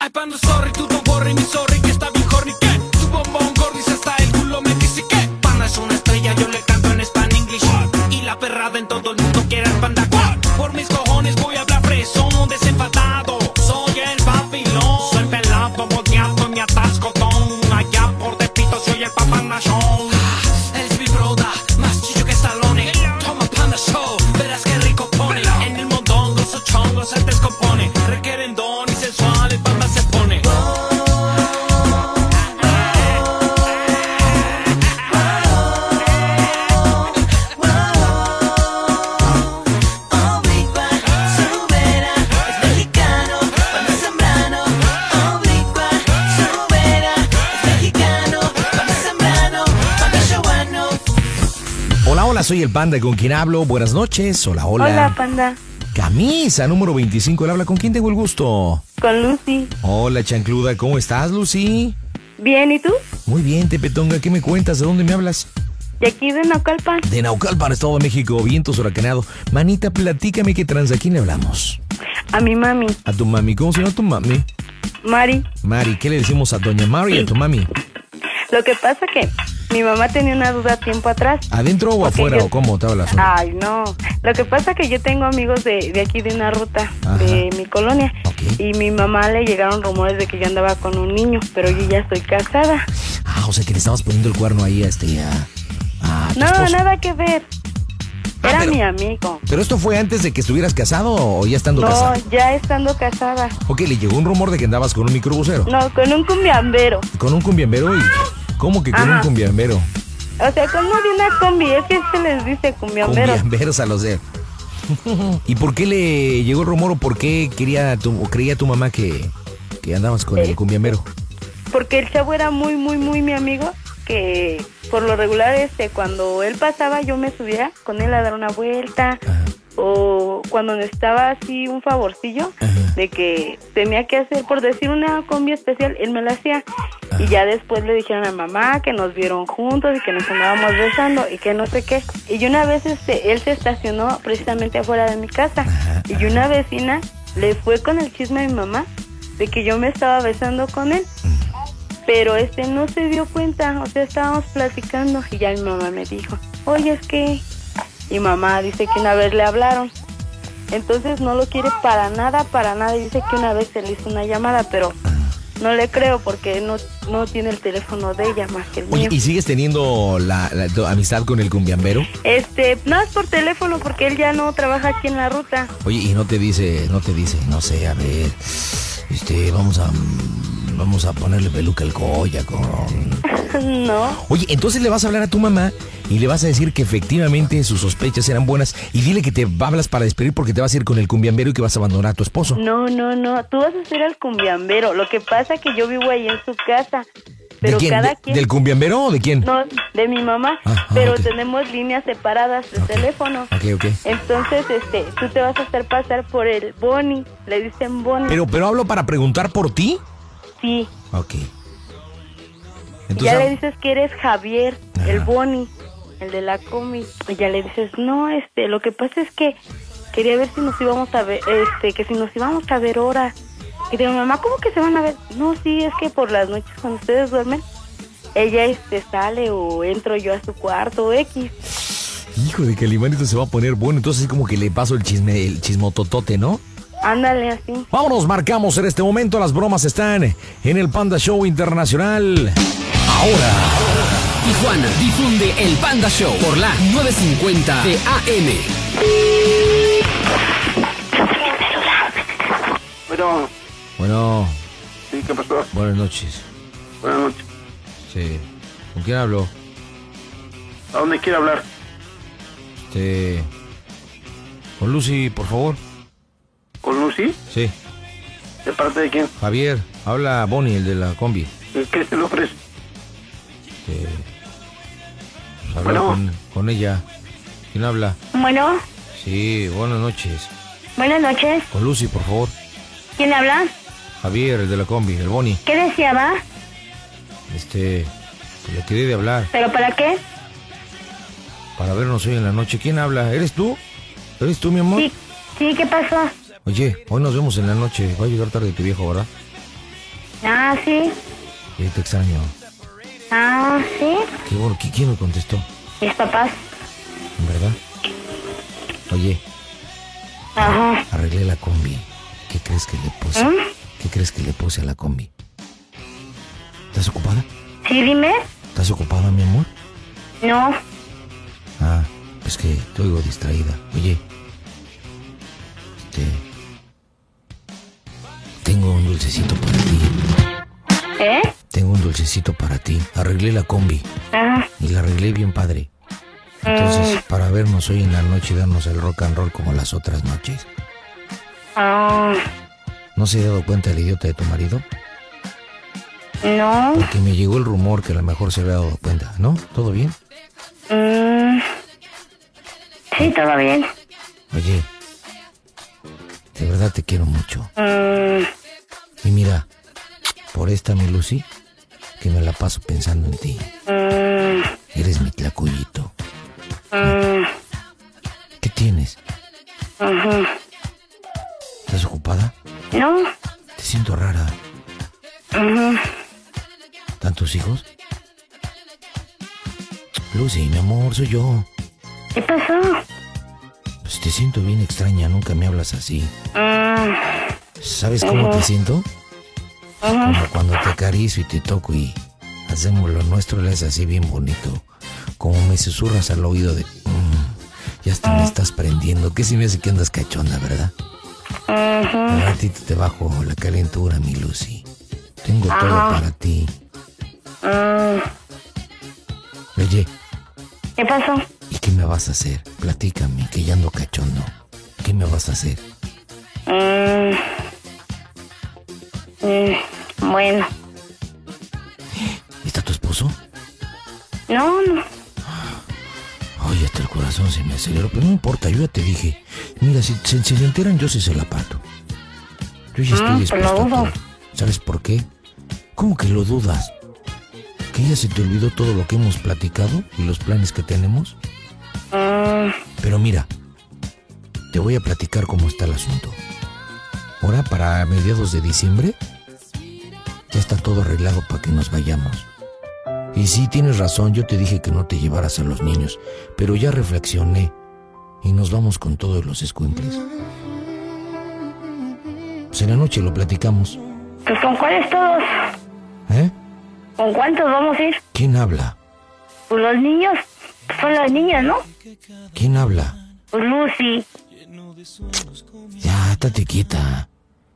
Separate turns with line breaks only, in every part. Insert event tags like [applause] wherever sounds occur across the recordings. I panda sorry, tú don't worry, mi sorry, que está bien horny, que tu bombón gordis hasta el culo me dice que Panda es una estrella, yo le canto en span English Y la perrada en todo el mundo quiere al panda What? Por mis cojones voy a hablar fresón, desenfadado Soy el papilón, soy pelado, boteando en mi atascotón Allá por depito soy el papanachón El mi broda, más chillo que Stallone Toma panda show, verás que rico pone En el mondongo su chongo se descompone Requieren don y sensual, el panda se pone
Oblicua, Subera, es mexicano, Panda Zambrano. Oblicua, Subera, es mexicano, Panda Zambrano, Panda Shawano.
Hola, hola, soy el Panda con quien hablo. Buenas noches. Hola, hola.
Hola, Panda.
Camisa número 25. Él habla con quién tengo el gusto.
Con Lucy.
Hola, chancluda. ¿Cómo estás, Lucy?
Bien, ¿y tú?
Muy bien, Tepetonga. ¿Qué me cuentas? ¿De dónde me hablas?
De aquí de Naucalpan.
De Naucalpan, Estado de México. Vientos huracanado. Manita, platícame qué trans. ¿A quién le hablamos?
A mi mami,
A tu mami. ¿Cómo se llama tu mami?
Mari.
Mari. ¿Qué le decimos a doña Mari y a tu mami?
Lo que pasa que mi mamá tenía una duda tiempo atrás.
¿Adentro o
Porque
afuera?
yo- Ah.
¿O cómo te hablas?
Ay, no. Lo que pasa que yo tengo amigos de, de aquí de una ruta
Ajá.
de mi colonia.
Ok.
Y mi mamá le llegaron rumores de que yo andaba con un niño, pero yo ya estoy casada.
Ah, o sea que le estamos poniendo el cuerno ahí a este. A, a tu
No,
esposo.
nada que ver.
Ah,
Era
pero-
mi amigo.
Pero esto fue antes de que estuvieras casado o ya estando
No,
casado.
ya estando casada.
Ok, le llegó un rumor de que andabas con un microbusero.
No, con un cumbiambero.
Con un cumbiambero y. ¿Cómo que con
Ajá.
un cumbiambero?
O sea, como de una combi, es que se les dice cumbiambero.
Cumbiamberos a los de. [laughs] ¿Y por qué le llegó el rumor o por qué quería tu, o creía tu mamá que, que andabas con
Eh,
el cumbiambero?
porque el chavo era muy, muy, muy mi amigo, que por lo regular, este, cuando él pasaba, yo me subía con él a dar una vuelta,
Ajá.
o cuando necesitaba así un favorcillo,
Ajá.
de que tenía que hacer, por decir una combi especial, él me la hacía. Y ya después le dijeron a mamá que nos vieron juntos y que nos andábamos besando y que no sé qué. Y una vez este, él se estacionó precisamente afuera de mi casa y una vecina le fue con el chisme a mi mamá de que yo me estaba besando con él. Pero este no se dio cuenta, o sea, estábamos platicando y ya mi mamá me dijo, oye, es que... Y mamá dice que una vez le hablaron. Entonces no lo quiere para nada, para nada. Y dice que una vez se le hizo una llamada, pero no le creo porque no, no tiene el teléfono de ella más que el
Oye,
mío.
¿y sigues teniendo la, la- tu amistad con el cumbiambero?
Este, no es por teléfono porque él ya no trabaja aquí en la ruta. [laughs]
Oye, y no te dice, no te dice, no sé, a ver, este, vamos a, mm, vamos a ponerle peluca al colla con...
no,
Oye, entonces le vas a hablar a tu mamá y le vas a decir que efectivamente sus sospechas eran buenas y dile que te hablas para despedir porque te vas a ir con el cumbiambero y que vas a abandonar a tu esposo.
no, no, no. Tú vas a ser al cumbiambero. Lo que pasa que yo vivo ahí en su casa. Pero
¿De quién?
cada
¿De-
quien...
¿Del cumbiambero o de quién?
No, de mi mamá,
Ah, ah,
pero
ok.
tenemos líneas separadas de
Ok.
teléfono.
Ok, ok.
Entonces, este, tú te vas a hacer pasar por el Bonnie, le dicen Bonnie.
Pero, pero hablo para preguntar por ti.
sí,
Ok.
Y ya
Entonces,
le
ah.
dices que eres Javier, el
Ajá.
Bonnie, el de la comi. Y ya le dices, "No, este, lo que pasa es que quería ver si nos íbamos a ver, este, que si nos íbamos a ver ahora." Y digo, "Mamá, ¿cómo que se van a ver?" "No, sí, es que por las noches cuando ustedes duermen, ella este sale o entro yo a su cuarto o X."
ah, hijo de Calimán, esto se va a poner bueno. Entonces, como que le paso el chisme, el chismototote, ¿no?
Ándale así.
Vámonos, marcamos en este momento. Las bromas están en el Panda Show Internacional. Ahora.
Tijuana difunde el Panda Show por la 950 de AM.
Bueno,
Bueno,
sí, ¿qué pasó?
buenas noches.
Buenas noches.
Sí. ¿Con quién hablo?
¿A dónde quiere hablar?
Este. Con Lucy, por favor.
¿Con Lucy?
Sí.
¿De parte de quién?
Javier, habla Bonnie, el de la combi.
¿Y ¿Qué se le ofrece?
Este, pues, hablar
Bueno.
con, con ella. ¿Quién habla?
Bueno,
Sí, buenas noches.
buenas noches.
Con Lucy, por favor.
¿Quién habla?
Javier, el de la combi, el Bonnie.
¿Qué deseaba?
Este. pues, le quedé de hablar
¿Pero para qué?
para vernos hoy en la noche. ¿Quién habla? ¿Eres tú? ¿Eres tú, mi amor?
sí, ¿qué pasó?
Oye, hoy nos vemos en la noche. Va a llegar tarde tu viejo, ¿verdad?
Ah, sí.
Eh, te extraño.
Ah, sí.
Qué bueno, ¿qui- ¿quién me contestó?
Mis papás.
¿Verdad? Oye,
Ajá.
arreglé la combi. ¿Qué crees que le puse?
¿Eh?
¿Qué crees que le puse a la combi? ¿Estás ocupada?
Sí, dime.
¿Estás ocupada, mi amor?
No.
Ah, es que te oigo distraída. Oye, este, tengo un dulcecito para ti.
¿Eh?
Tengo un dulcecito para ti. Arreglé la combi
Ajá.
y la arreglé bien padre. Entonces, para vernos hoy en la noche y darnos el rock and roll como las otras noches.
Ah,
¿No se ha dado cuenta el idiota de tu marido?
no.
Porque me llegó el rumor que a lo mejor se había dado cuenta, ¿no? ¿Todo bien?
Mm. Sí, todo bien.
Oye, de verdad te quiero mucho.
Mm.
Y mira, por esta mi Lucy, que me la paso pensando en ti.
Mm.
Eres mi tlacoyito.
Mm.
¿Qué tienes?
Ujú.
¿Estás ocupada?
No.
Te siento rara.
Ujú.
¿Están tus hijos? Lucy, mi amor, soy yo.
¿Qué pasó?
Pues te siento bien extraña, nunca me hablas así.
Mm.
¿Sabes cómo te siento? Como cuando te acaricio y te toco y hacemos lo nuestro, le haces así bien bonito. Como me susurras al oído de... "Mm, ya hasta me estás prendiendo. Que si me hace que andas cachonda, ¿verdad?
Ujú.
Un ratito te bajo la calentura, mi Lucy. Tengo todo para ti.
Mm.
Oye,
¿Qué pasó?
¿y qué me vas a hacer? Platícame, que ya ando cachondo. ¿Qué me vas a hacer?
Mm. Mm. Bueno.
¿Está tu esposo?
No, no.
Ay, hasta el corazón se me aceleró, pero no importa, yo ya te dije. Mira, si, se- si se enteran, yo sí se la parto. Yo ya estoy
Ah, pues
dispuesto
lo
a
dudo.
todo. ¿Sabes por qué? ¿Cómo que lo dudas? ¿Que ya se te olvidó todo lo que hemos platicado y los planes que tenemos?
Mm.
Pero mira, te voy a platicar cómo está el asunto. Ahora, para mediados de diciembre, ya está todo arreglado para que nos vayamos. Y sí, tienes razón, yo te dije que no te llevaras a los niños, pero ya reflexioné y nos vamos con todos los escuincles. Pues en la noche lo platicamos,
Pues con cuáles todos?
¿eh?
¿Con cuántos vamos a ir?
¿Quién habla?
Pues los niños. Pues son las niñas, ¿no?
¿Quién habla?
Pues Lucy.
Ya, estate quieta.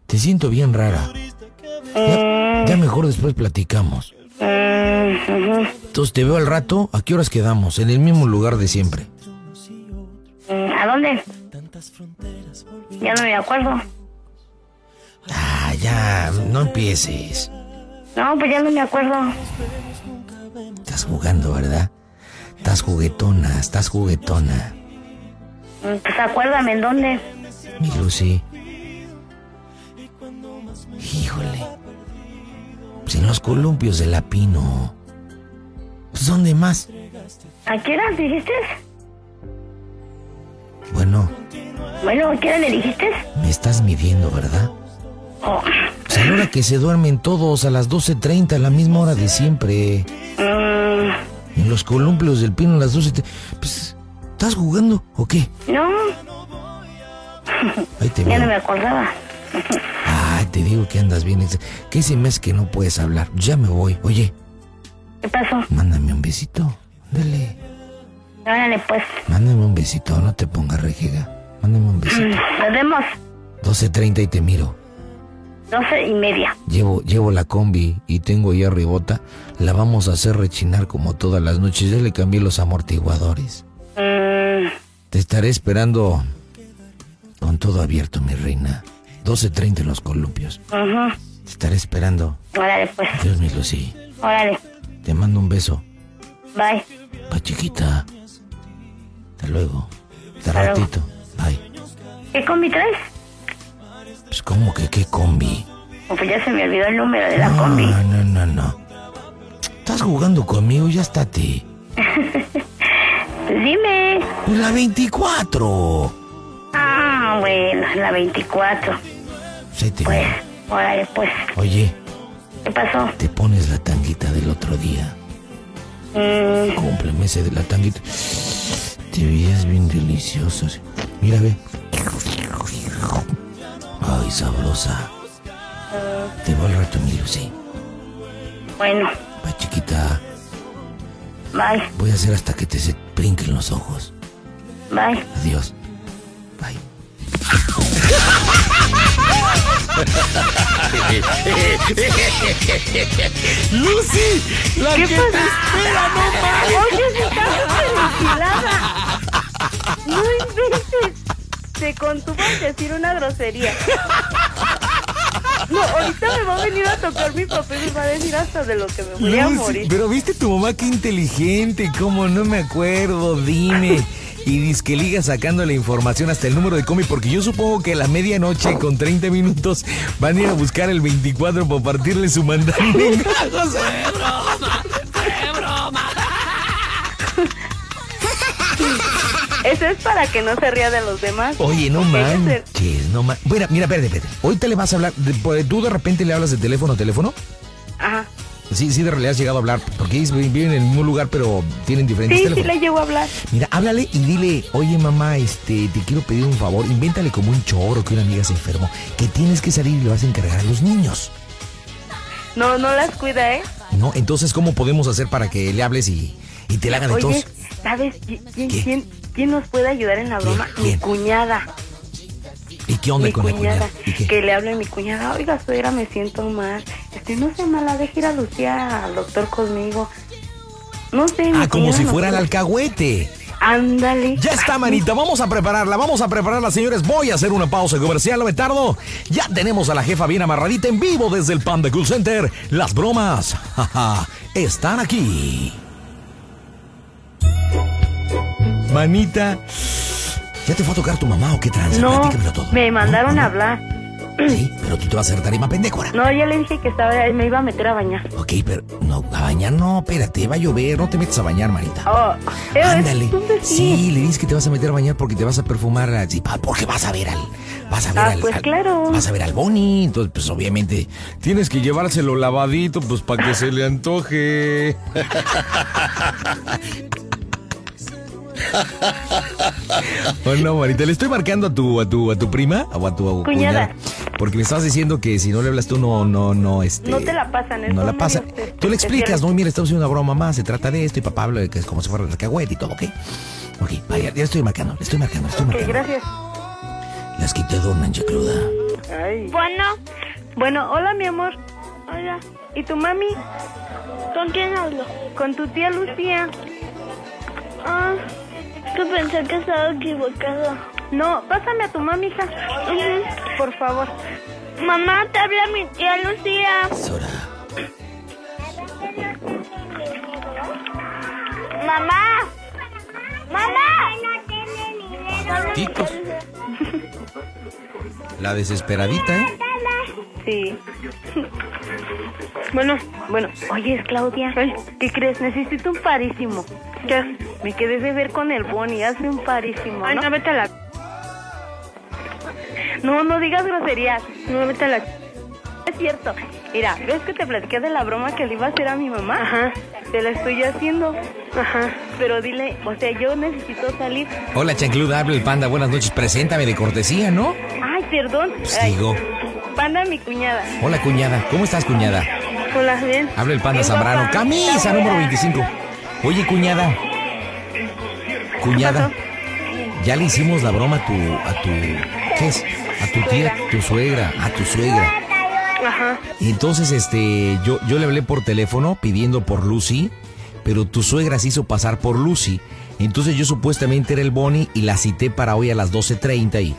Te siento bien rara. Ya, ya mejor después platicamos.
Mm, ujú.
Entonces te veo al rato, ¿a qué horas quedamos? En el mismo lugar de siempre.
Mm, ¿A dónde? Ya no me acuerdo.
Ah, ya, no empieces.
No, pues ya no me acuerdo.
Estás jugando, ¿verdad? Estás juguetona, estás juguetona.
Mm, Pues acuérdame en dónde.
Mi Lucy. Híjole. Pues en los columpios de la Pino. Pues ¿dónde más?
¿A qué hora dijiste?
Bueno,
Bueno, ¿a qué hora me dijiste?
me estás midiendo, ¿verdad?
Oh,
Pues a la hora que se duermen todos, a las 12.30, a la misma hora de siempre.
mm,
En los columpios del pino a las 12. te- Pues, ¿estás jugando o qué?
no,
Ahí te
ya
veo.
no me acordaba.
Ay, te digo que andas bien. ex- ¿Qué se me hace que no puedes hablar? Ya me voy. Oye,
¿Qué pasó?
mándame un besito. Dale.
Órale, pues.
Mándame un besito. No te pongas rejega. Mándame un
Mm,
besito.
Nos vemos Mm.
12.30 y te miro.
doce y media.
Llevo, llevo la combi y tengo ya ribota. La vamos a hacer rechinar como todas las noches. Ya le cambié los amortiguadores.
Mm,
Te estaré esperando con todo abierto, mi reina. 12.30 en los columpios.
ujú.
Te estaré esperando.
Órale, pues.
Dios mío, Lucy.
Órale.
Te mando un beso.
Bye.
Pa chiquita. Hasta luego. Hasta
Hasta luego.
ratito. Ay,
¿Qué combi traes?
pues como que qué combi.
Oh, Pues ya se me olvidó el número de la
no,
combi.
no, no, no. Estás jugando conmigo, ya está ti.
Pues dime.
Pues la 24.
Ah, bueno, la 24.
Se te
Pues, órale, pues.
Oye,
¿Qué pasó?
Te pones la tanguita del otro día.
Mm,
Cúmpleme ese de la tanguita. Te veías bien delicioso. Mira, ve. Ay, sabrosa. Te va al rato, mi Lucy.
bueno,
Va, chiquita.
bye,
Voy a hacer hasta que te se brinquen los ojos.
bye.
Adiós. Bye.
[laughs] ¡Lucy! ¡La que te espera, no mames!
Oye, si está súper vigilada. No inventes. Se contuvo en decir una grosería. No, ahorita me va a venir a tocar mi papel y me va a decir hasta de lo que me voy a
Lucy,
morir.
pero viste tu mamá qué inteligente, cómo no me acuerdo, dime. Y disque liga sacando la información hasta el número de Comi, porque yo supongo que a la medianoche con 30 minutos van a ir a buscar el 24 para partirle su
[laughs]
mandamiento.
Eso es para que no se ría de los demás.
Oye, no manches, no manches. Mira, mira, espérate, espérate. Ahorita le vas a hablar, de- por- tú de repente le hablas de teléfono a teléfono.
Ajá.
Sí, sí, de realidad has llegado a hablar, porque ellos vi- viven en el mismo lugar, pero tienen diferentes
Sí, sí
teléfonos.
le llevo a hablar.
Mira, háblale y dile, oye mamá, este, te quiero pedir un favor, invéntale como un choro que una amiga se enfermó, que tienes que salir y le vas a encargar a los niños.
No, no las cuida, ¿eh?
¿No? Entonces, ¿cómo podemos hacer para que le hables y, y te la hagan
Oye,
entonces?
¿sabes qui- quién,
¿Qué?
quién, quién nos puede ayudar en la
¿Quién?
broma? Mi
¿Quién?
cuñada.
¿Y qué onda
mi
con la
cuñada,
cuñada? ¿Y qué?
que le hable a mi cuñada, oiga, suegra, me siento mal. Este, no sé, mala, deje ir a Lucía al doctor conmigo. No sé. mi
Ah, como
cuñada
si
no
fuera el
puede.
alcahuete.
Ándale.
Ya está, manita, vamos a prepararla, vamos a prepararla, señores. Voy a hacer una pausa comercial, no me tardo. Ya tenemos a la jefa bien amarradita en vivo desde el Panda Cool Center. Las bromas, jaja, están aquí. Manita, ¿ya te fue a tocar tu mamá o qué trance?
No,
Platícamelo todo.
me mandaron
¿No?
a hablar.
Sí, pero tú te vas a hacer tarima pendejora.
No, ya le dije que estaba, me iba a meter a bañar.
Ok, pero no, a bañar no, espérate, va a llover, no te metes a bañar, manita.
Oh, eh,
Ándale.
entonces
Sí, le dices que te vas a meter a bañar porque te vas a perfumar así, pa- porque vas a ver al. Vas a ver
Ah,
al.
pues
al-
claro.
Vas a ver al Bonnie. Entonces, pues obviamente.
Tienes que llevárselo lavadito, pues para que se le antoje.
[laughs] Bueno, Marita, le estoy marcando a tu, a tu, a tu prima o a tu a-
Cuñada.
Porque me estás diciendo que si no le hablas tú, no, no, no, este.
No te la pasan, es
No la
un
pasan.
medio espe-
Tú le
especial.
explicas, no, mira, estamos haciendo una broma más, se trata de esto, y papá habla de que es como si fuera la cagüeta y todo, ¿ok? Ok, vaya, ya estoy marcando, le estoy marcando, le estoy
Ok,
marcando.
gracias.
Las quité dona, cruda.
Bueno,
Bueno, hola, mi amor. Hola. ¿Y tu mami?
¿con quién hablo?
Con tu tía Lucía.
Ah, que pensé que estaba equivocado.
No, pásame a tu mami, hija. Por favor.
Mamá, te habla mi tía Lucía.
Sora.
Mamá. Mamá.
Malditos. La desesperadita, ¿eh?
Sí. [laughs] Bueno, bueno. Oye, es Claudia. ¿Qué crees? Necesito un parísimo. ¿Qué? Me quedé de ver con el Bonnie. Hazme un parísimo. Ay, no, vete a la. No, no digas groserías. No, vete a la. Es cierto. Mira, ¿ves que te platiqué de la broma que le iba a hacer a mi mamá? Ajá. Te la estoy haciendo. Ajá. Pero dile, o sea, yo necesito salir.
Hola, chancluda, habla el panda. Buenas noches. Preséntame de cortesía, ¿no?
Ay, perdón.
Pues
Ay,
digo.
Panda, mi cuñada.
Hola, cuñada. ¿Cómo estás, cuñada?
Hola, bien.
Habla el panda
Bien,
Zambrano.
guapa.
Camisa
Está
número
buena.
25. Oye, cuñada. Cuñada. Ya le hicimos la broma a tu. a tu. ¿Qué es? A tu tía, tu suegra, a tu suegra.
Ajá.
Y entonces, este, yo, yo le hablé por teléfono pidiendo por Lucy, pero tu suegra se hizo pasar por Lucy. Entonces yo supuestamente era el Bonnie y la cité para hoy a las 12.30 y,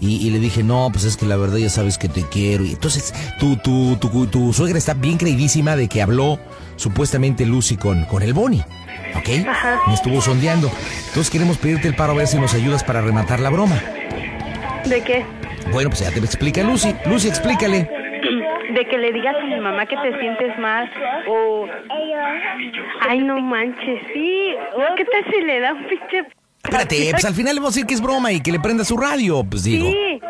y, y le dije, no, pues es que la verdad ya sabes que te quiero. Y entonces tu, tu, tu, tu, suegra está bien creidísima de que habló supuestamente Lucy con, con el Bonnie. ¿Ok? Me estuvo sondeando. Entonces queremos pedirte el paro a ver si nos ayudas para rematar la broma.
¿De qué?
Bueno, pues ya te explica Lucy. Lucy, explícale.
De que le digas a mi mamá que te sientes mal o... Ay, no manches, sí. ¿Qué tal si le da un pinche... [laughs]
Espérate, pues al final le vamos a decir que es broma y que le prenda su radio, pues digo.
Sí.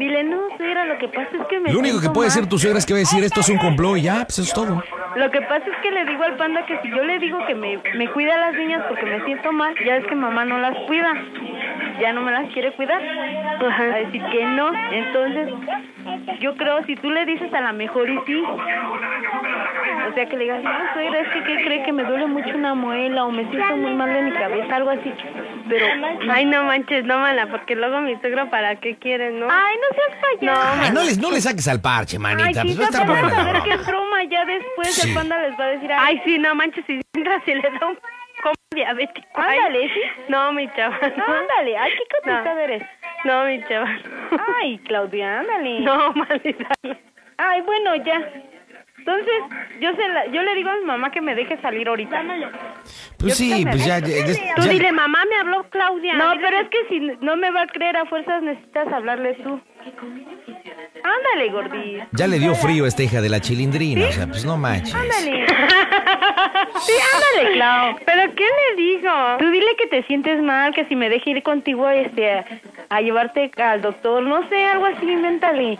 Dile, no, soy suegra, lo que pasa es que me.
Lo único que
siento
puede
mal.
decir tu suegra es que va a decir esto es un complot y ya, pues eso es todo.
Lo que pasa es que le digo al panda que si yo le digo que me, me cuida a las niñas porque me siento mal, ya es que mamá no las cuida, ya no me las quiere cuidar, a decir que no. Entonces, yo creo, si tú le dices a la mejor y sí, o sea que le digas, no, suegra, es que ¿qué cree que me duele mucho una muela o me siento muy mal de mi cabeza, algo así, pero...
Ay, no manches, no, mana, porque luego mi suegro, ¿para qué quiere, no?
Ay, no seas
No,
Ay, no le no le saques al parche, manita.
Ay,
pues va a
quizá
estar
vamos
buena
a
la
ver
broma.
qué es broma, ya después
Sí.
el panda les va a decir... Ay, sí, no manches, si entras y le da un...
diabético.
Ándale,
Ay,
sí.
No, mi chava.
No, ándale, ay, qué contestada
No.
eres.
No, mi chava.
Ay, Claudia, ándale.
No, maldita.
Ay, bueno, ya. Entonces, yo se la- yo le digo a mi mamá que me deje salir ahorita.
Pues sí, pues ya. ya- ya- ya-
mamá, me habló Claudia. No, pero es que si no me va a creer, a fuerzas necesitas hablarle tú. Ándale, gordis.
ya le dio frío a esta hija de la chilindrina. O sea, pues no manches.
Ándale. Sí, ándale, Clau.
¿Pero qué le digo?
Tú dile que te sientes mal, que si me deje ir contigo este, a, a llevarte al doctor, no sé, algo así, invéntale.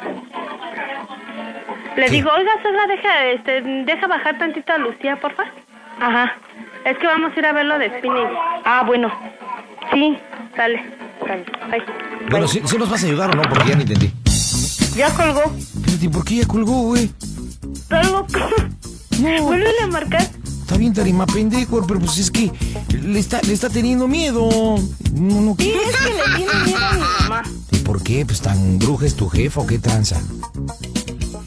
Le digo, oiga, sola, deja, este, deja bajar tantito a Lucía, porfa.
Ajá.
Es que vamos a ir a ver lo de spinning.
Ah, bueno. Sí.
Sale.
Sale. Ay.
Bueno, ¿sí, sí nos vas a ayudar o no? Porque ya no entendí.
Ya colgó.
Espérate, ¿por qué ya colgó, güey?
Está loco. [laughs] Vuelve a marcar.
Está bien tarima pendejo, pero pues es que le está, le está teniendo miedo. No, no, ¿qué?
Es que le tiene miedo a mi mamá.
¿Y por qué? Pues tan bruja es tu jefa o qué tranza.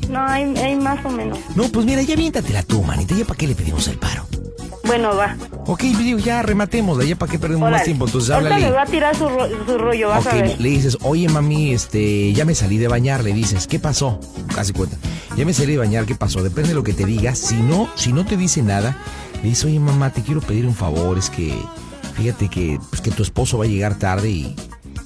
No, hay, hay más o menos.
No, pues mira, ya viéntatela tú, manita. ¿Ya para qué le pedimos el paro?
Bueno, va.
Ok, pues digo, ya rematémosla. ¿Ya para qué perdemos más
Órale.
tiempo? Entonces
Ahorita
háblale.
me va a tirar su, ro- su rollo, vas a
Ok,
ver.
le dices, oye mami, este, ya me salí de bañar, le dices, ¿qué pasó? Casi cuenta. Ya me salí de bañar, ¿qué pasó? Depende de lo que te diga. Si no, si no te dice nada, le dices, oye mamá, te quiero pedir un favor, es que, fíjate que, pues, que tu esposo va a llegar tarde y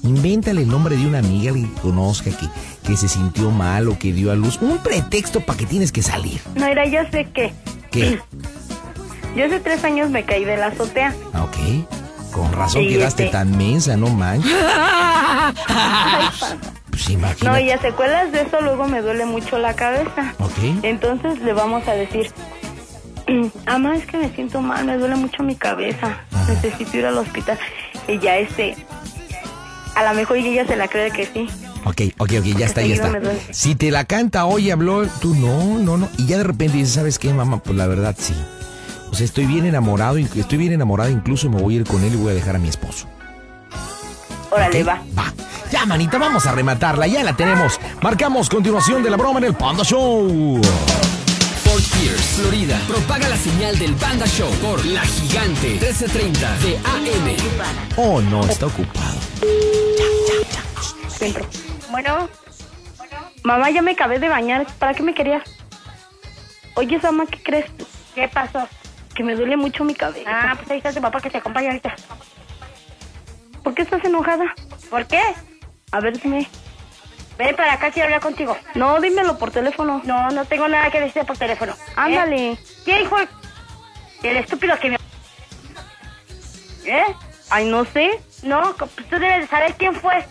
invéntale el nombre de una amiga que conozca, que, que se sintió mal o que dio a luz. Un pretexto para que tienes que salir.
No, mira, yo sé que.
¿Qué?
Yo hace tres años me caí de la azotea.
Ah, ok. Con razón
Sí,
quedaste
este-
tan mensa, no
[laughs]
manches. Pues
No,
imagínate.
y a secuelas de eso luego me duele mucho la cabeza.
Ok.
Entonces le vamos a decir, [clears throat] mamá, es que me siento mal, me duele mucho mi cabeza, necesito ir al hospital. Y ya este, a lo mejor y ella se la cree que sí.
Ok, ok, ok, ya está, ya
Seguido
está.
me duele.
Si te la canta hoy habló, tú no, no, no. Y ya de repente dices, ¿sabes qué, mamá? Pues la verdad sí. O sea, estoy bien enamorado, inc- estoy bien enamorado, incluso me voy a ir con él y voy a dejar a mi esposo.
Órale,
¿ok?
va.
Va. Ya, manita, vamos a rematarla, ya la tenemos. Marcamos continuación de la broma en el Panda Show.
Fort Pierce, Florida. Propaga la señal del Panda Show por La Gigante 1330 de AM.
Oh, no, está ocupado.
Bueno,
Mamá, ya me acabé de bañar, ¿para qué me querías? Oye, mamá, ¿qué crees?
¿qué pasó?
Que me duele mucho mi cabeza.
Ah, pues ahí está tu papá que te acompaña ahorita.
¿Por qué estás enojada?
¿Por qué?
A ver, dime.
Ven para acá, quiero hablar contigo.
No, dímelo por teléfono.
No, no tengo nada que decirte por teléfono. ¿Eh?
Ándale.
¿Qué hijo? El estúpido que me... ¿Eh?
Ay, no sé.
No, co- pues tú debes de saber quién fue.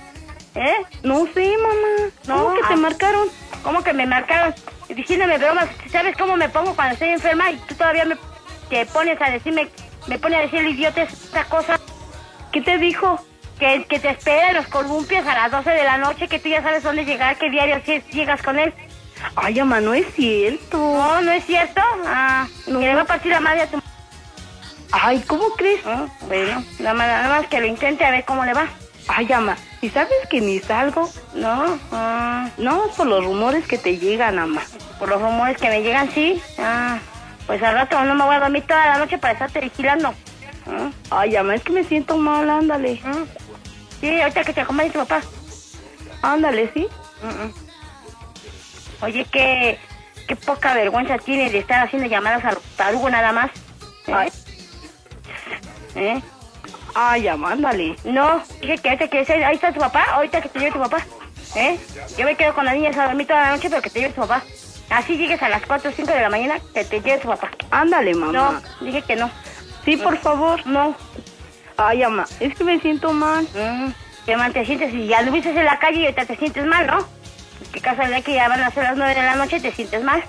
¿Eh?
No sé, mamá.
No,
¿Cómo que te
ah.
marcaron?
¿Cómo que me marcaron diciéndome bromas? ¿Sabes cómo me pongo cuando estoy enferma y tú todavía me te pones a decirme, me pones a decir idiotes esa cosa
¿Qué te dijo?
que, que te espera en los columpios a las 12 de la noche, que tú ya sabes dónde llegar, qué diario si llegas con él?
Ay, mamá, no es cierto.
No, no es cierto. Ah,
No.
que le va a partir la madre a tu
Ay, ¿cómo crees?
Ah, bueno, nada más, nada más que lo intente a ver cómo le va.
Ay, ama, ¿y sabes que ni salgo?
No, ah,
No, por los rumores que te llegan, ama.
por los rumores que me llegan, sí. Ah, pues al rato no me voy a dormir toda la noche para estarte vigilando. Ah,
Ay, ama, es que me siento mal, ándale.
ah. Sí, ahorita que te acompañe tu papá.
Ándale, ¿sí?
Mm, mm. Oye, qué, qué poca vergüenza tiene de estar haciendo llamadas al tarugo nada más. ¿Eh?
Ay.
¿Eh?
Ay, ama, ándale.
No, dije que ahorita que esté- ahí está tu papá, ahorita que te lleve tu papá. ¿Eh? Yo me quedo con las niñas a dormir toda la noche, pero que te lleve tu papá. Así llegues a las 4 o 5 de la mañana, que te lleve tu papá.
Ándale, mamá.
No, Mm. dije que no.
Sí, por favor.
No.
Ay, ama, es que me siento mal.
Mm, Qué mal te sientes y ya lo viste en la calle y ahorita te sientes mal, ¿no? Qué casualidad que ya van a ser las nueve de la noche y te sientes mal.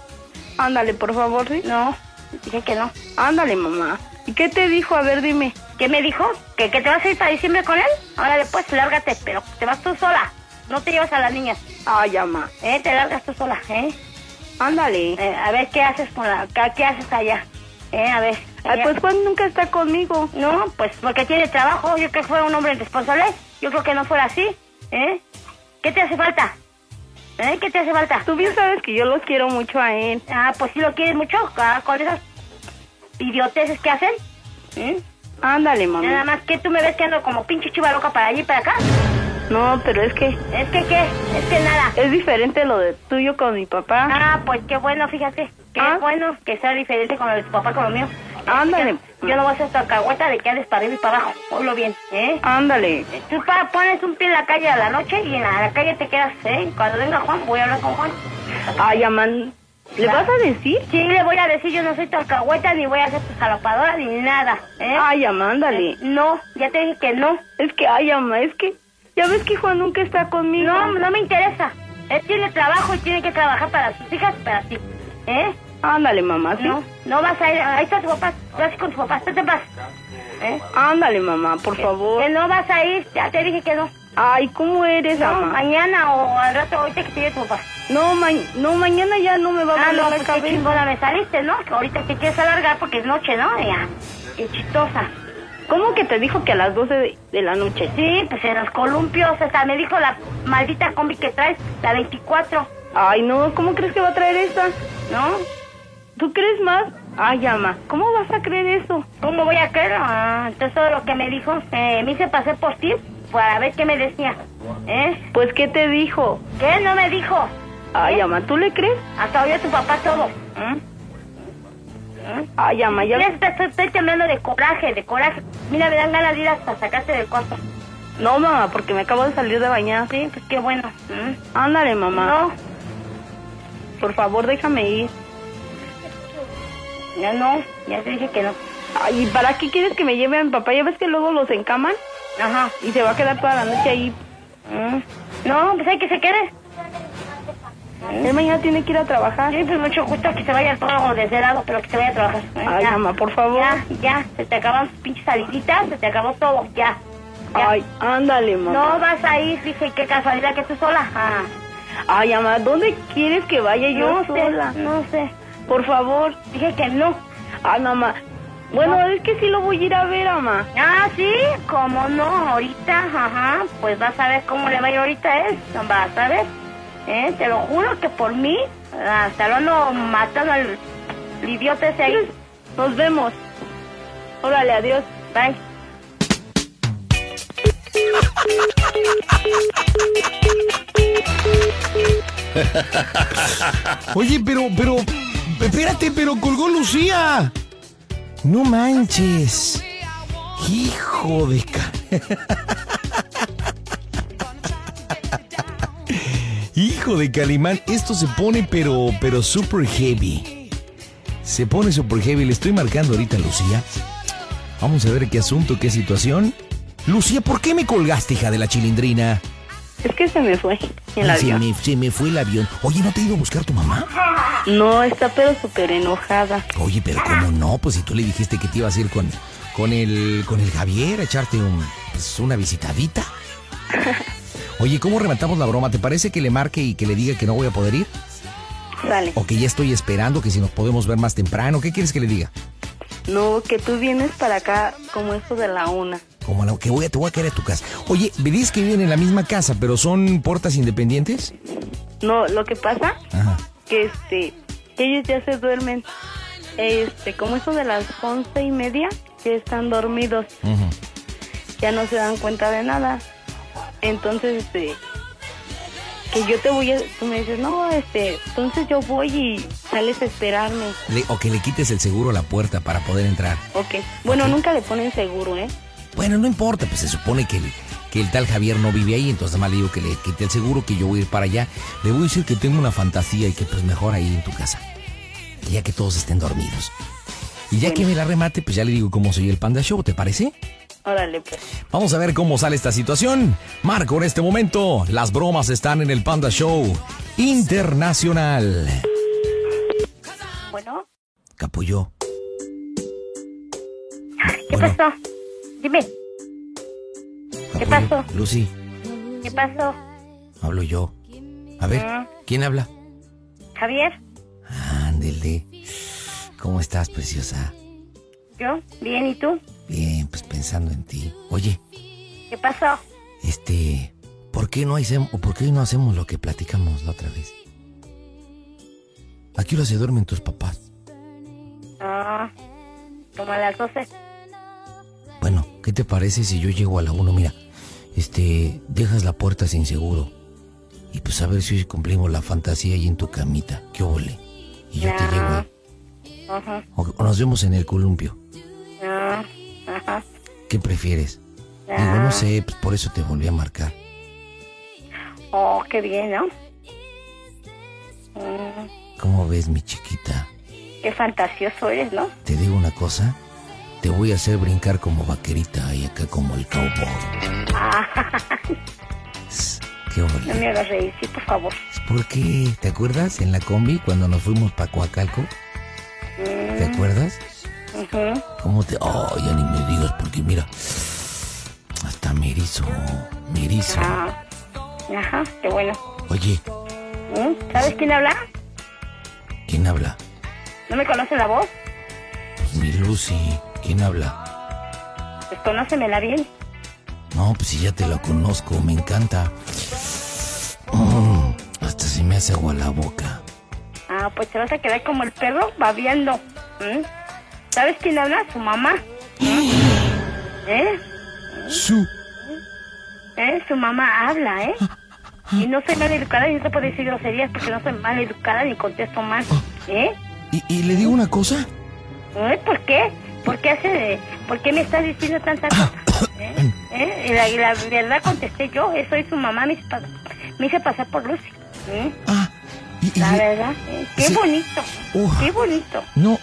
Ándale, por favor, sí.
No, dije que no.
Ándale, mamá. ¿Y qué te dijo? A ver, dime.
¿Qué me dijo? ¿Que, que te vas a ir para diciembre con él? Ahora después lárgate, pero te vas tú sola. No te llevas a las niñas.
Ay, mamá.
¿Eh? Te largas tú sola, ¿eh?
Ándale.
Eh, a ver qué haces con la... ca- ¿Qué haces allá? ¿Eh? A ver.
Ay,
Ya-
pues Juan nunca está conmigo.
No, pues porque tiene trabajo. Yo creo que fue un hombre responsable. Yo creo que no fuera así. ¿Eh? ¿Qué te hace falta? ¿Eh? ¿Qué te hace falta?
Tú bien sabes que yo los quiero mucho a él.
Ah, pues si lo quieres mucho, ah, con esas idioteces que hacen. ¿eh?
Ándale,
Nada
mamá.
más que tú me ves que ando como pinche chiva loca para allí y para acá.
No, pero es que
Es que qué, es que nada.
es diferente lo de tuyo con mi papá.
Ah, pues qué bueno, fíjate. Qué
Ah.
bueno que sea diferente con lo de tu papá con lo mío.
Ándale.
Yo no voy a ser tu alcahueta de que andes para arriba y para abajo. Ponlo bien, ¿eh?
Ándale.
Tú pa- pones un pie en la calle a la noche y en la, la calle te quedas, ¿eh? Cuando venga Juan, voy a hablar con Juan.
Ay, Amán, ¿le vas a decir?
Sí, le voy a decir, yo no soy tu alcahueta, ni voy a ser tu jalapadora, ni nada, ¿eh?
Ay, Amándale.
No, ya te dije que no.
Es que, ay, Amá, es que ya ves que Juan nunca está conmigo.
No, no me interesa. Él tiene trabajo y tiene que trabajar para sus hijas, para ti, ¿eh?
Ándale, mamá, sí.
No, no vas a ir, ahí está tu papá, vas con tu papá, tú te vas. ¿Eh?
Ándale, mamá, por favor.
Que no vas a ir, ya te dije que no.
Ay, ¿cómo eres,
No,
Amá?
mañana o al rato, ahorita que te lleve tu papá.
No, ma- no, mañana ya no me va a
Ah, no,
volar la
pues qué
cabeza.
chingona me saliste, ¿no? Que ahorita te quieres alargar porque es noche, ¿no? Ya, qué chistosa.
¿Cómo que te dijo que a las 12 de, de la noche?
Sí, pues en los columpios, hasta me dijo la maldita combi que traes, la 24,
Ay, no, ¿cómo crees que va a traer esa?
¿no?
¿Tú crees más? Ay, Amá, ¿cómo vas a creer eso?
¿Cómo voy a creer? Ah, entonces todo lo que me dijo, eh, me hice pasar por ti para ver qué me decía, ¿eh?
Pues, ¿qué te dijo?
¿Qué no me dijo?
Ay, Amá, ¿tú le crees?
Hasta oyó tu papá todo, ¿eh?
Ay, Amá,
Ya
ya...
estoy, estoy- estoy temblando de coraje, de coraje. Mira, me dan ganas de ir hasta sacarte del cuarto.
No, mamá, porque me acabo de salir de bañar.
Sí, pues qué bueno. ¿eh?
Ándale, mamá.
No,
Por favor, déjame ir.
ya no, ya te dije que no.
Ay, ¿y ¿para qué quieres que me lleve a mi papá? Ya ves que luego los encaman
Ajá.
y se va a quedar toda la noche ahí.
Mm. No, pues hay que se quede.
Él mañana tiene que ir a trabajar.
Mm. Sí, pues mucho gusto que se vaya todo desvelado, pero que se vaya a trabajar.
Ay, mamá, por favor.
Ya, ya, se te acaban tus pinches saliditas, se te acabó todo, ya. ya.
Ay, ándale, mamá.
No vas a ir, dije, qué casualidad que tú sola. Ah,
Ay, mamá, ¿dónde quieres que vaya yo
no
sola?
sé, no sé.
Por favor.
Dije que no.
Ay, mamá. Bueno, es que sí lo voy a ir a ver, mamá.
Ah, sí, cómo no, ahorita, ajá, pues vas a ver cómo le va a ir ahorita a él, no vas a ver, ¿eh? Te lo juro que por mí, hasta lo ando matando al al idiota ese ahí.
Nos vemos. Órale, adiós.
Bye.
Oye, pero, pero, espérate, pero colgó Lucía.
No manches. Hijo de ca- Hijo de Calimán, esto se pone pero pero super heavy. Se pone super heavy, le estoy marcando ahorita a Lucía. Vamos a ver qué asunto, qué situación. Lucía, ¿por qué me colgaste, hija de la chilindrina?
Es que se me fue el
se,
avión.
me, se me fue el avión. Oye, ¿no te iba a buscar tu mamá?
No, está pero súper enojada.
Oye, pero cómo no, pues si tú le dijiste que te ibas a ir con, con el con el Javier a echarte un, pues, una visitadita. Oye, ¿cómo rematamos la broma? ¿Te parece que le marque y que le diga que no voy a poder ir?
Sale.
¿O que ya estoy esperando que si nos podemos ver más temprano? ¿Qué quieres que le diga?
No, que tú vienes para acá como esto de la una.
Como lo que voy a, te voy a querer a tu casa. Oye, me dices que viven en la misma casa, pero son portas independientes.
No, lo que pasa
Ajá.
que este que ellos ya se duermen. Este, como eso de las once y media, que están dormidos,
Ujú.
ya no se dan cuenta de nada. Entonces, este, que yo te voy a, tú me dices, no, este, entonces yo voy y sales a esperarme.
Le- o que le quites el seguro a la puerta para poder entrar.
Ok. Bueno, nunca le ponen seguro, ¿eh?
Bueno, no importa, pues se supone que el, que el tal Javier no vive ahí, entonces nada más le digo que le quite el seguro, que yo voy a ir para allá. Le voy a decir que tengo una fantasía y que pues mejor ahí en tu casa. Y ya que todos estén dormidos. Y ya que me la remate, pues ya le digo cómo soy el Panda Show, ¿te parece?
Órale, pues.
Vamos a ver cómo sale esta situación. Marco, en este momento, las bromas están en el Panda Show. Internacional.
Bueno,
Capullo.
¿qué pasó? Dime, ¿qué pasó?
Lucy,
¿Qué pasó?
hablo yo. A ver,
Ah.
¿quién habla?
Javier,
Ándele. ¿Cómo estás, preciosa?
yo, bien, ¿y tú?
Bien, pues pensando en ti. Oye,
¿Qué pasó?
este, ¿por qué no hacemos, o por qué no hacemos lo que platicamos la otra vez? ¿A qué hora se duermen tus papás?
Ah, como a las 12.
Bueno, ¿qué te parece si yo llego a la 1? Mira, este, dejas la puerta sin seguro. Y pues a ver si hoy cumplimos la fantasía ahí en tu camita. ¿Qué ole? Y yo te llego. ahí.
Ajá,
O, o nos vemos en el columpio.
ah, ajá.
¿Qué prefieres? Digo, no sé, pues por eso te volví a marcar.
Oh, qué bien, ¿no? Mm,
¿Cómo ves, mi chiquita?
qué fantasioso eres, ¿no?
Te digo una cosa. Te voy a hacer brincar como vaquerita y acá como el cowboy.
Ah,
¿Qué
no
ole?
me hagas reír, sí, por favor.
Pues, ¿Por qué? ¿Te acuerdas en la combi cuando nos fuimos para Coacalco? ¿Te acuerdas?
Ujú.
¿Cómo te.? Oh, ya ni me digas, porque mira. Hasta me erizo. Me erizo.
Ah, ajá, qué bueno.
Oye,
Mm, ¿Sabes quién habla?
¿quién habla?
¿No me conoce la voz?
Pues mi Lucy. ¿Quién habla?
Pues conócemela bien.
No, pues si ya te la conozco, me encanta. Mm, hasta se me hace agua la boca.
Ah, pues te vas a quedar como el perro babeando. ¿Mm? ¿Sabes quién habla? Su mamá. ¿Eh?
Su.
¿Eh? Su mamá habla, ¿eh? Y no soy mal educada y no te puedo decir groserías porque no soy mal educada ni contesto mal. ¿Eh?
¿Y, y le digo una cosa? [coughs]
¿Eh? ¿Por qué? ¿Por qué, hace, ¿Por qué me estás diciendo tantas
Ah,
cosas? ¿Eh? ¿Eh? Y, la, y la verdad contesté yo, eh, soy su mamá, me hice, pa- me hice pasar por Lucy. ¿eh?
[coughs] Ah, y. y
La
le-
verdad, ¿eh? qué
Sí.
bonito,
Uh.
qué bonito.
No.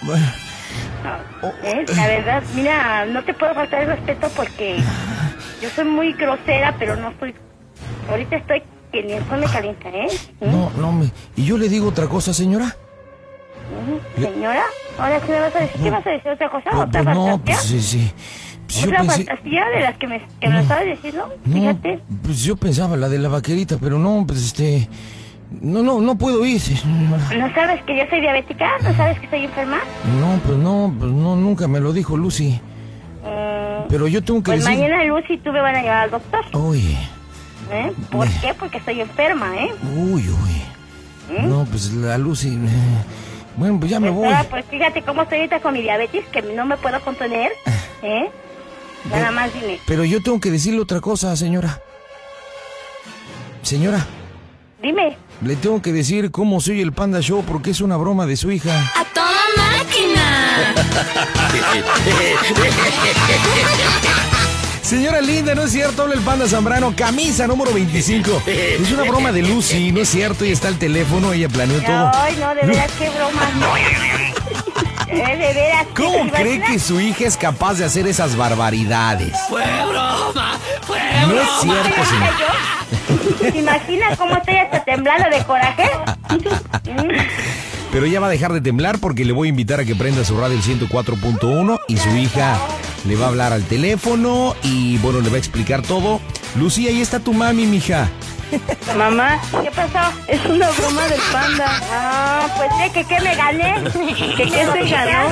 oh, eh,
¿eh? La verdad, mira, no te puedo faltar el respeto porque yo soy muy grosera, pero no soy... Ahorita estoy que ni el sol me calienta, ¿eh?
No, no me. ¿Y yo le digo otra cosa, señora?
Ujú. Señora, ahora sí me vas a decir, ¿qué vas a decir? ¿Otra cosa?
Pues,
¿Otra
pues, no,
fantasía?
pues sí, sí. Pues, yo
¿Otra
pensé.
fantasía de las que me, que me estabas diciendo?
No,
Fíjate.
pues yo pensaba la de la vaquerita, pero no, pues este. No, no, no puedo ir. señora.
¿No sabes que yo soy diabética? ¿No sabes que soy enferma?
No, pues no, pues no, nunca me lo dijo Lucy.
Mm,
Pero yo tengo que
pues
decir.
mañana Luz y tú me van a llevar al doctor.
Uy,
¿eh? ¿Por qué? Porque estoy enferma, ¿eh?
uy, uy.
¿Mm?
No, pues la Lucy. eh, Bueno, pues ya me voy.
Doctora, pues fíjate cómo estoy ahorita con mi diabetes, que no me puedo contener, ¿eh? Nada más dime.
Pero yo tengo que decirle otra cosa, señora. Señora,
Dime.
le tengo que decir cómo soy el Panda Show porque es una broma de su hija.
A toda máquina.
Señora linda, no es cierto, habla el Panda Zambrano, camisa número 25. Es una broma de Lucy, no es cierto, y está el teléfono, ella planeó todo.
Ay, no, de veras, qué
[laughs]
broma. Eh, de veras. ¿qué te
¿Cómo
imaginas?
cree que su hija es capaz de hacer esas barbaridades?
Fue broma, fue
No es
broma.
cierto, señor.
¿Te imaginas cómo estoy hasta temblando de coraje? Mm,
Pero ya va a dejar de temblar porque le voy a invitar a que prenda su radio el 104.1 y su hija le va a hablar al teléfono y bueno, le va a explicar todo. Lucía, ahí está tu mami, mija.
Mamá,
¿Qué pasó?
es una broma del panda.
Ah, pues sé que qué me gané.
¿Que qué se
[laughs]
ganó?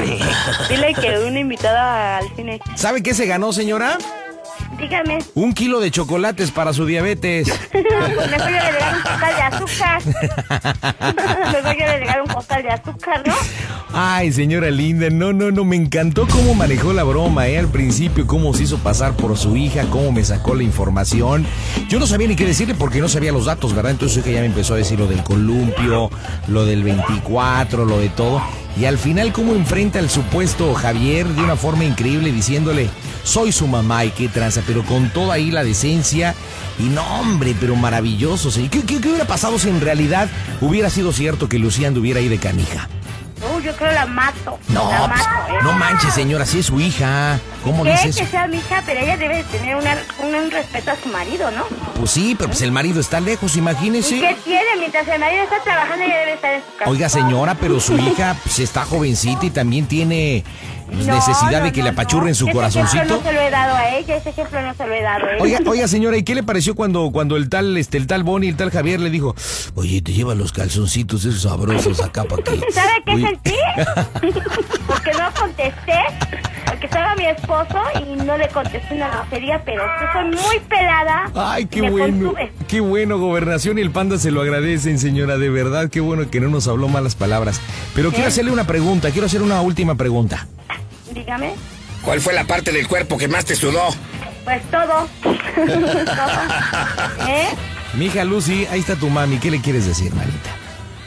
Dile que una invitada al cine.
¿Sabe qué se ganó, señora?
Dígame.
Un kilo de chocolates para su diabetes.
Pues mejor yo le regalé un costal de azúcar. [laughs] mejor yo le regalé un costal de azúcar, ¿no?
Ay, señora linda, no, no, no, me encantó cómo manejó la broma, ¿eh? Al principio, cómo se hizo pasar por su hija, cómo me sacó la información. Yo no sabía ni qué decirle porque no sabía los datos, ¿verdad? Entonces su hija ya me empezó a decir lo del columpio, lo del 24, lo de todo. Y al final, cómo enfrenta al supuesto Javier de una forma increíble, diciéndole, soy su mamá y qué tranza, pero con toda ahí la decencia y no, hombre, pero maravilloso. señor. ¿Qué, qué, qué hubiera pasado si en realidad hubiera sido cierto que Lucía anduviera ahí de canija?
no, yo creo la mato.
No,
la
pues,
mato, ¿eh?
no manches, señora, si es su hija. ¿Cómo
¿Qué?
dices?
Que sea mi hija, pero ella debe de tener una, un, un respeto a su marido, ¿no?
Pues sí, pero pues el marido está lejos,
¿Y
imagínese.
qué tiene? Mientras el marido está trabajando, ella debe estar en su casa.
Oiga, señora, pero
[laughs]
su hija pues, está jovencita y también tiene pues,
No,
necesidad
no,
de que
no,
le apachurren
no.
su
Ese ejemplo
corazoncito.
no se lo he dado a ella, ese ejemplo no se lo he dado a ella.
Oiga, oiga, señora, ¿y qué le pareció cuando, cuando el tal, este, el tal Bonnie, el tal Javier le dijo, oye, te lleva los calzoncitos esos sabrosos acá para que...
[laughs] ¿Sabe qué
Uy. [laughs]
sentí? Porque no contesté, porque estaba mi esposo y no le contesté una grosería, pero sí soy muy pelada.
Ay, qué
Me
bueno.
contuve.
Qué bueno, gobernación y el panda se lo agradecen, señora. De verdad, qué bueno que no nos habló malas palabras.
Pero quiero hacerle una pregunta, quiero hacer una última pregunta.
Dígame,
¿Cuál fue la parte del cuerpo que más te sudó?
pues
[laughs]
todo. Todo. ¿Eh?
Mi hija Lucy, ahí está tu mami, ¿qué le quieres decir, manita?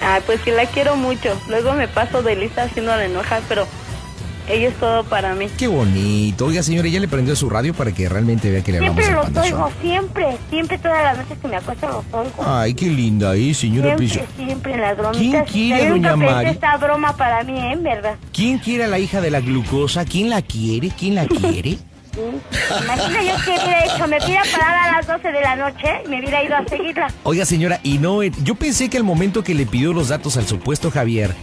Ah,
Ay, pues sí la quiero mucho. Luego me paso de lista haciéndola enojar, pero ella es todo para mí.
Qué bonito. Oiga, señora, ya le prendió su radio para que realmente vea que le hablamos
Siempre
al
los
panda Show.
oigo, siempre, siempre todas las noches que me acuesto los oigo.
Ay, qué linda, ¿eh, señora
pues
Siempre,
Piso?
siempre en las bromitas.
¿Quién quiere,
Yo
doña
nunca pensé
Mari?
esta broma para mí, ¿eh? En ¿Verdad?
¿Quién quiere a la hija de la glucosa? ¿Quién la quiere? ¿Quién la quiere?
Imagina yo que hubiera hecho, me hubiera parado a las 12 de la noche y me hubiera ido a seguirla.
Oiga, señora, y no, eh, yo pensé que al momento que le pidió los datos al supuesto Javier,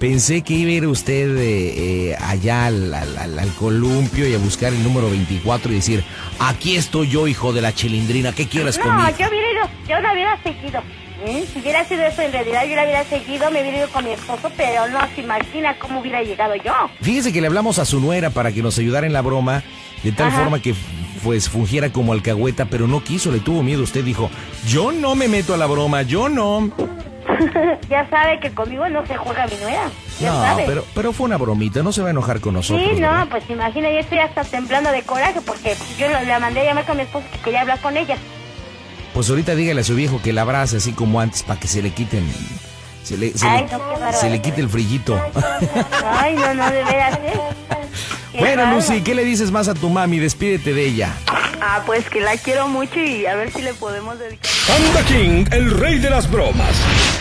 pensé que iba a ir usted eh, eh, allá al, al- al- al columpio y a buscar el número 24 y decir, aquí estoy yo, hijo de la chilindrina, ¿qué quieres
No,
conmigo?
yo hubiera ido, yo la hubiera seguido. ¿eh? Si hubiera sido eso en realidad, yo la hubiera seguido, me hubiera ido con mi esposo, pero no se imagina cómo hubiera llegado yo.
Fíjese que le hablamos a su nuera para que nos ayudara en la broma, de tal
Ajá.
forma que pues fungiera como alcahueta, pero no quiso, le tuvo miedo. Usted dijo, yo no me meto a la broma, yo no.
ya sabe que conmigo no se juega mi nuera. Ya
No,
sabe.
pero, pero fue una bromita, no se va a enojar con
Sí,
nosotros. ¿verdad?
no, pues imagina, yo estoy hasta temblando de coraje porque yo lo- la mandé a llamar con mi esposo que quería hablar con ella.
[laughs] Pues ahorita dígale a su viejo que la abrace así como antes para que se le quiten. Se le, se
Ay,
le-
no, qué bárbaro.
se le quite el frillito. [laughs]
Ay, no, no, de veras, ¿eh? Qué
bueno,
bárbaro.
Lucy, ¿qué le dices más a tu mami? Despídete de ella.
Ah, pues que la quiero mucho y a ver si le podemos dedicar.
Panda King, el rey de las bromas.